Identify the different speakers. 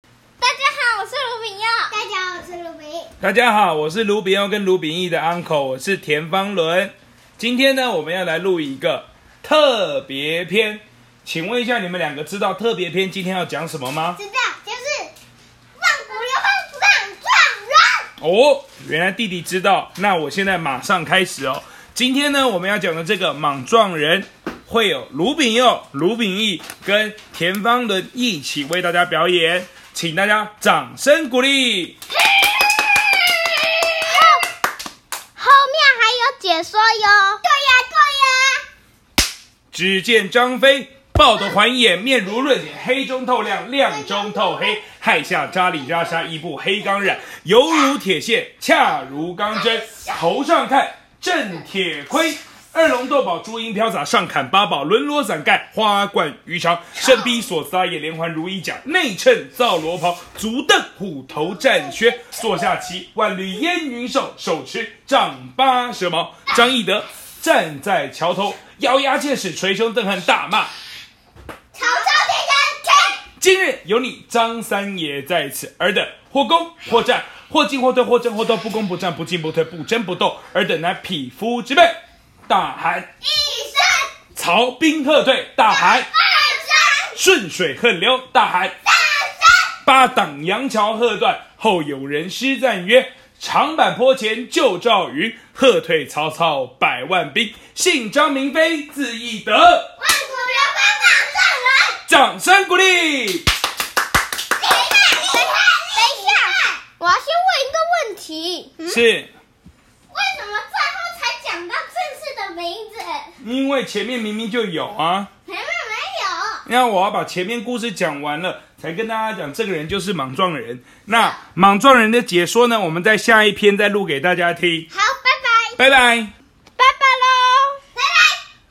Speaker 1: 哦鲁比，
Speaker 2: 大家好，我是卢比欧跟卢比义的 uncle，我是田方伦。今天呢，我们要来录一个特别篇。请问一下，你们两个知道特别篇今天要讲什么吗？
Speaker 1: 知道就是放骨流放放撞人，
Speaker 2: 哦，原来弟弟知道。那我现在马上开始哦。今天呢，我们要讲的这个莽撞人，会有卢炳佑、卢炳义跟田方伦一起为大家表演，请大家掌声鼓励。
Speaker 1: 后面还有解说哟。对呀对
Speaker 2: 只见张飞抱得环眼，面如润血，黑中透亮，亮中透黑，亥下扎里扎沙，一部黑钢染，犹如铁线，恰如钢针。头上看正铁盔，二龙斗宝朱缨飘洒，上砍八宝轮罗伞盖，花冠鱼肠，身披所撒也连环如意甲，内衬皂罗袍，足蹬虎头战靴，坐下骑万缕烟云兽，手持丈八蛇矛。张翼德站在桥头，咬牙切齿，捶胸顿汉，大骂。
Speaker 1: 曹操天人天，
Speaker 2: 今日有你张三爷在此，尔等或攻或战，或进或退，或争或斗，不攻不战，不进不退，不争不斗，尔等乃匹夫之辈。大喊
Speaker 1: 一声
Speaker 2: 曹兵喝退，大喊
Speaker 1: 二
Speaker 2: 顺水横流，大喊八挡洋桥喝断。后有人诗赞曰：“长坂坡前救赵云，喝退曹操百万兵。姓张名飞，字翼德。”
Speaker 1: 万古流放放撞人。
Speaker 2: 掌声鼓励。
Speaker 1: 等一下，等一下，我要先问一个问题，
Speaker 2: 是
Speaker 1: 嗯为什么最后才讲到正式的名字？
Speaker 2: 因为前面明明就有啊。
Speaker 1: 前面没有。
Speaker 2: 那我要把前面故事讲完了，才跟大家讲这个人就是莽撞人。那莽撞人的解说呢，我们在下一篇再录给大家听。
Speaker 1: 好，拜拜。
Speaker 2: 拜拜。